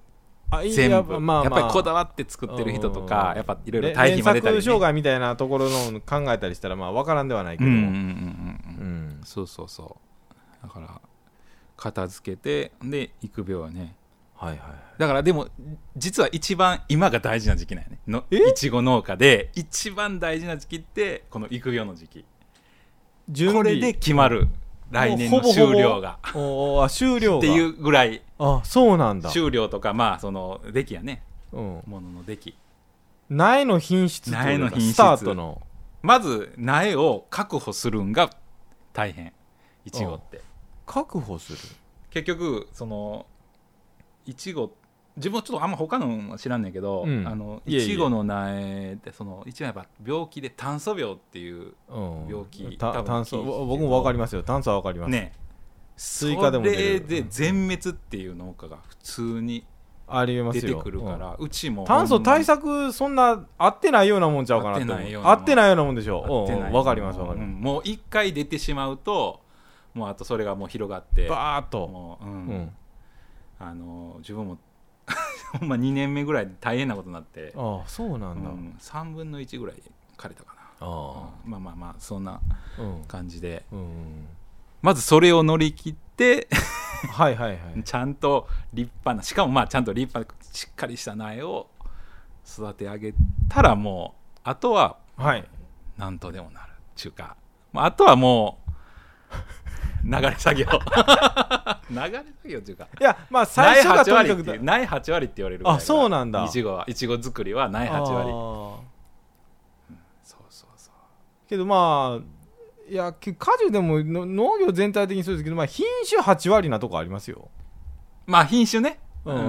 Speaker 1: あいい
Speaker 2: 全
Speaker 1: やっ
Speaker 2: 部。
Speaker 1: ぱまあまあ
Speaker 2: やっぱりこだわって作ってる人と
Speaker 1: う
Speaker 2: か
Speaker 1: ん、
Speaker 2: やっぱいろいろ
Speaker 1: ね
Speaker 2: 対比も出た
Speaker 1: 連
Speaker 2: り、
Speaker 1: 作
Speaker 2: ね。
Speaker 1: 障害みたいなところの考えたりしたらまあ分からんではないけ
Speaker 2: うん
Speaker 1: ど、
Speaker 2: うん
Speaker 1: う
Speaker 2: うんうん、
Speaker 1: ん
Speaker 2: うん、そうそうそう。だから、片付けて、で、育苗はね。
Speaker 1: はいはい
Speaker 2: だからでも実は一番今が大事な時期なんやねの
Speaker 1: え
Speaker 2: いちご農家で一番大事な時期ってこの育苗の時期
Speaker 1: 準
Speaker 2: こ
Speaker 1: 備
Speaker 2: れで決まる来年の終了が
Speaker 1: おーおーあ終了が
Speaker 2: っていうぐらい
Speaker 1: あそうなんだ、
Speaker 2: 終了とかまあその出来やね
Speaker 1: うん、
Speaker 2: ものの出来
Speaker 1: 苗の品質というか
Speaker 2: 苗の品質
Speaker 1: スタートの
Speaker 2: まず苗を確保するんが大変いちごって
Speaker 1: 確保する
Speaker 2: 結局そのいちご自分はちょっとあんま他のは知らんねんけど、
Speaker 1: うん
Speaker 2: あの
Speaker 1: いえい
Speaker 2: い
Speaker 1: え
Speaker 2: ちごの苗ってその一番やっぱ病気で炭素病っていう
Speaker 1: うん
Speaker 2: 病気多
Speaker 1: た
Speaker 2: 分
Speaker 1: 炭素
Speaker 2: 聞いてる
Speaker 1: ぼ僕も分かりますよ炭素は分かります、
Speaker 2: ね
Speaker 1: 追加でも出る
Speaker 2: それで全滅っていう農家が普通に
Speaker 1: ありえます
Speaker 2: 出
Speaker 1: よ
Speaker 2: てくるか
Speaker 1: うん
Speaker 2: ら、うちも
Speaker 1: 炭素対
Speaker 2: 策
Speaker 1: 策そんな合ってないようなもんちゃうかなって思う
Speaker 2: 合ってないよ
Speaker 1: 合ってないよう
Speaker 2: うなもん
Speaker 1: なもんでしょ
Speaker 2: 合っ
Speaker 1: う
Speaker 2: て
Speaker 1: ん
Speaker 2: な
Speaker 1: う
Speaker 2: い
Speaker 1: ん分かります分かり
Speaker 2: う
Speaker 1: ま
Speaker 2: んもう一回出てしまうともうあとそれがもう広がって
Speaker 1: すバーッと
Speaker 2: もう、うん
Speaker 1: うん
Speaker 2: あの自分も <laughs> ほんま2年目ぐらいで大変なことになって、
Speaker 1: ああそうなんだ
Speaker 2: うん3分の1ぐらい枯れたかな
Speaker 1: あ、
Speaker 2: うんまあまあまあそんな
Speaker 1: あうん
Speaker 2: 感じで
Speaker 1: うん
Speaker 2: まずそれを乗り切って
Speaker 1: はいはいは
Speaker 2: <laughs>
Speaker 1: い
Speaker 2: ちゃんと立派なしかもまあちゃんと立派なしっかりした苗を育て上げたらもうあとは
Speaker 1: はい
Speaker 2: なんとでもなるちゅうか、まあ、あとはもう <laughs> 流れ作業流れ作業っていうか
Speaker 1: いやまあ最初がと
Speaker 2: 苗8
Speaker 1: に
Speaker 2: 割っ
Speaker 1: か
Speaker 2: て
Speaker 1: く
Speaker 2: いう苗8割って言われるぐらい
Speaker 1: あそうなんだ
Speaker 2: いちごはいちご作りは苗8割
Speaker 1: 割
Speaker 2: そうそうそう
Speaker 1: けどまあいやき果樹でもの農業全体的にそうですけど、まあ、品種8割なとこありますよ
Speaker 2: まあ品種ね
Speaker 1: うん
Speaker 2: うんう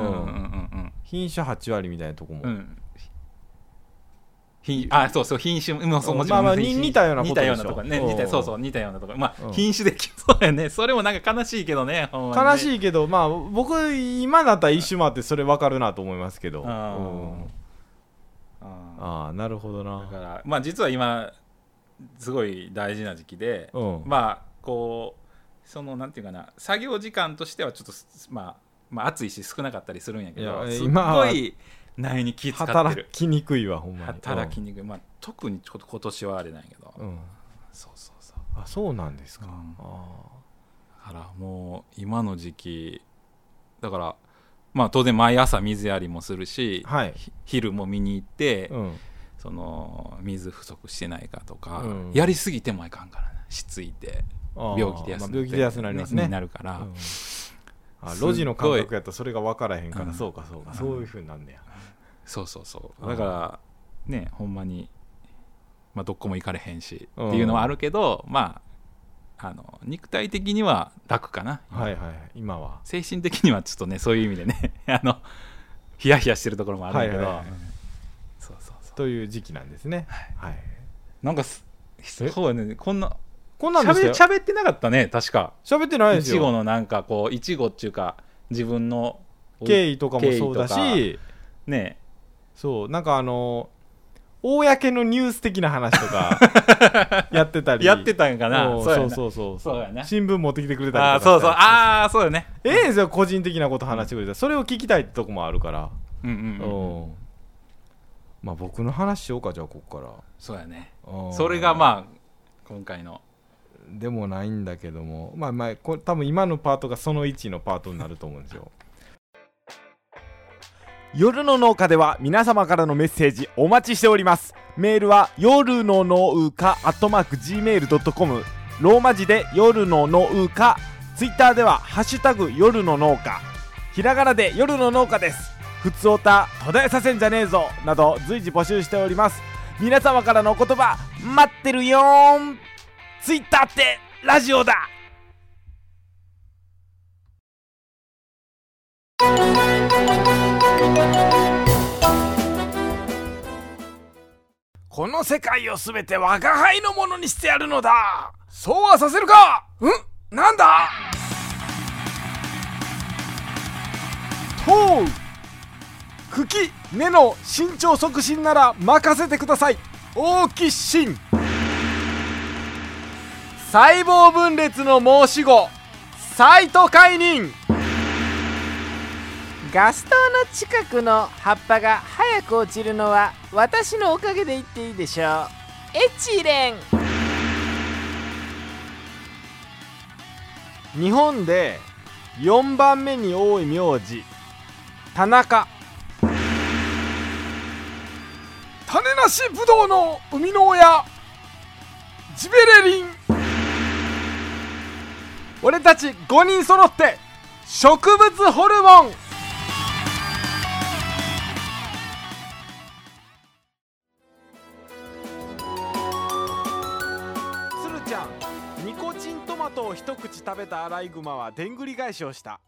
Speaker 2: ん
Speaker 1: 品種8割みたいなとこも、
Speaker 2: うんうん品あそうそう品種もそうもち
Speaker 1: ま
Speaker 2: ろ
Speaker 1: あ
Speaker 2: ん、
Speaker 1: まあ
Speaker 2: 品種
Speaker 1: に似たようなことで
Speaker 2: 似た
Speaker 1: しょ
Speaker 2: ようなとこね
Speaker 1: うん
Speaker 2: 似たそうそう似たようなとこまあ、
Speaker 1: うん
Speaker 2: 品種で <laughs> そうやねそれもなんか悲しいけどね
Speaker 1: 悲
Speaker 2: い
Speaker 1: しいけどまあ僕今だったら一周回ってそれ分かるなと思いますけど、うんああなるほど
Speaker 2: だ
Speaker 1: な
Speaker 2: からまあ実は今すごい大事な時期で、
Speaker 1: うん
Speaker 2: まあこうそのなんていうかな作業時間としてはちょっとすまあまあ暑いし少なかったりするんやけど
Speaker 1: いや
Speaker 2: すっ
Speaker 1: 今
Speaker 2: ご
Speaker 1: はい
Speaker 2: 苗に気使って
Speaker 1: 働
Speaker 2: る
Speaker 1: きにくいわほんまに
Speaker 2: 働きにくい、まあ、特にちょっと今年はあれなんやけど、
Speaker 1: うん、うん
Speaker 2: そうそうそう
Speaker 1: あそうなんですか、
Speaker 2: うん
Speaker 1: あ
Speaker 2: あらもう今の時期だからまあ当然毎朝水やりもするし、
Speaker 1: ーはい、
Speaker 2: ひ昼も見に行って、
Speaker 1: うん、
Speaker 2: その水不足してないかとか、
Speaker 1: うん
Speaker 2: やりすぎてもいかんからなしついて
Speaker 1: あー
Speaker 2: 病気で休ん
Speaker 1: まあ
Speaker 2: で
Speaker 1: 病気で安くなりますね
Speaker 2: になるから、
Speaker 1: うんあ
Speaker 2: すっご
Speaker 1: 路
Speaker 2: い
Speaker 1: 地の感覚やったらそれが分からへんから、
Speaker 2: うん
Speaker 1: そうかそうか、
Speaker 2: うん
Speaker 1: そういうふうになんねや、
Speaker 2: そうそうそう
Speaker 1: うん
Speaker 2: だからねほんまに、まあ、どこも行かれへんし、
Speaker 1: うん
Speaker 2: っていうのはあるけどまああの肉体的には楽かな、
Speaker 1: はいはいはい今は
Speaker 2: 精神的にはちょっとねそういう意味でね <laughs> あのヒヤヒヤしてるところもあるんだけど、
Speaker 1: はいはいはい
Speaker 2: うんそうそうそう
Speaker 1: という時期なんですねはい、
Speaker 2: なんかすそうやねこんな
Speaker 1: こんなんで
Speaker 2: 喋
Speaker 1: すよ
Speaker 2: 喋ってなかったね確か
Speaker 1: 喋ってない
Speaker 2: い
Speaker 1: です
Speaker 2: ちご
Speaker 1: よ
Speaker 2: のなんかこういちごっていうか自分の
Speaker 1: 経緯とかもそうだ
Speaker 2: 経緯
Speaker 1: し
Speaker 2: ね
Speaker 1: そうなんかあの公のニュース的な話とか
Speaker 2: <laughs>
Speaker 1: やってたり
Speaker 2: やってたんかな
Speaker 1: おう
Speaker 2: そうや
Speaker 1: そ
Speaker 2: な
Speaker 1: うそうそう
Speaker 2: そうやな
Speaker 1: 新聞持ってきてくれたり
Speaker 2: ああ
Speaker 1: とか
Speaker 2: そう
Speaker 1: した
Speaker 2: そ
Speaker 1: り
Speaker 2: うああそうよね
Speaker 1: ええんですよ個人的なこと話してくれたらそれを聞きたいってとこもあるから
Speaker 2: うんうん、うん、
Speaker 1: うんまあ僕の話しようかじゃあここから
Speaker 2: そうやね
Speaker 1: うん
Speaker 2: それがまあ今回の
Speaker 1: でもないんだけどもまあまあこれ多分今のパートがその1のパートになると思うんですよ <laughs> 夜の農家では皆様からのメッセージお待ちしておりますメールは夜の農家アットマーク Gmail.com ローマ字で夜の農家ツイッターでは「ハッシュタグ夜の農家」ひらがなで夜の農家ですふつおた途絶えさせんじゃねえぞなど随時募集しております皆様からのお言葉待ってるよーんツイッターってラジオだ
Speaker 3: この世界をすべて我が輩のものにしてやるのだそうはさせるかうんなんだ
Speaker 1: とう茎根の身長促進なら任せてください大き心細胞分裂の申し子サイトカイニン
Speaker 4: ガス灯の近くの葉っぱが早く落ちるのは私のおかげで言っていいでしょうエチレン
Speaker 1: 日本で4番目に多い名字田中
Speaker 3: 種なしぶどうの生みの親ジベレリン
Speaker 1: 俺たち5人揃って植物ホルモン鶴ちゃんニコチントマトを一口食べたアライグマはでんぐり返しをした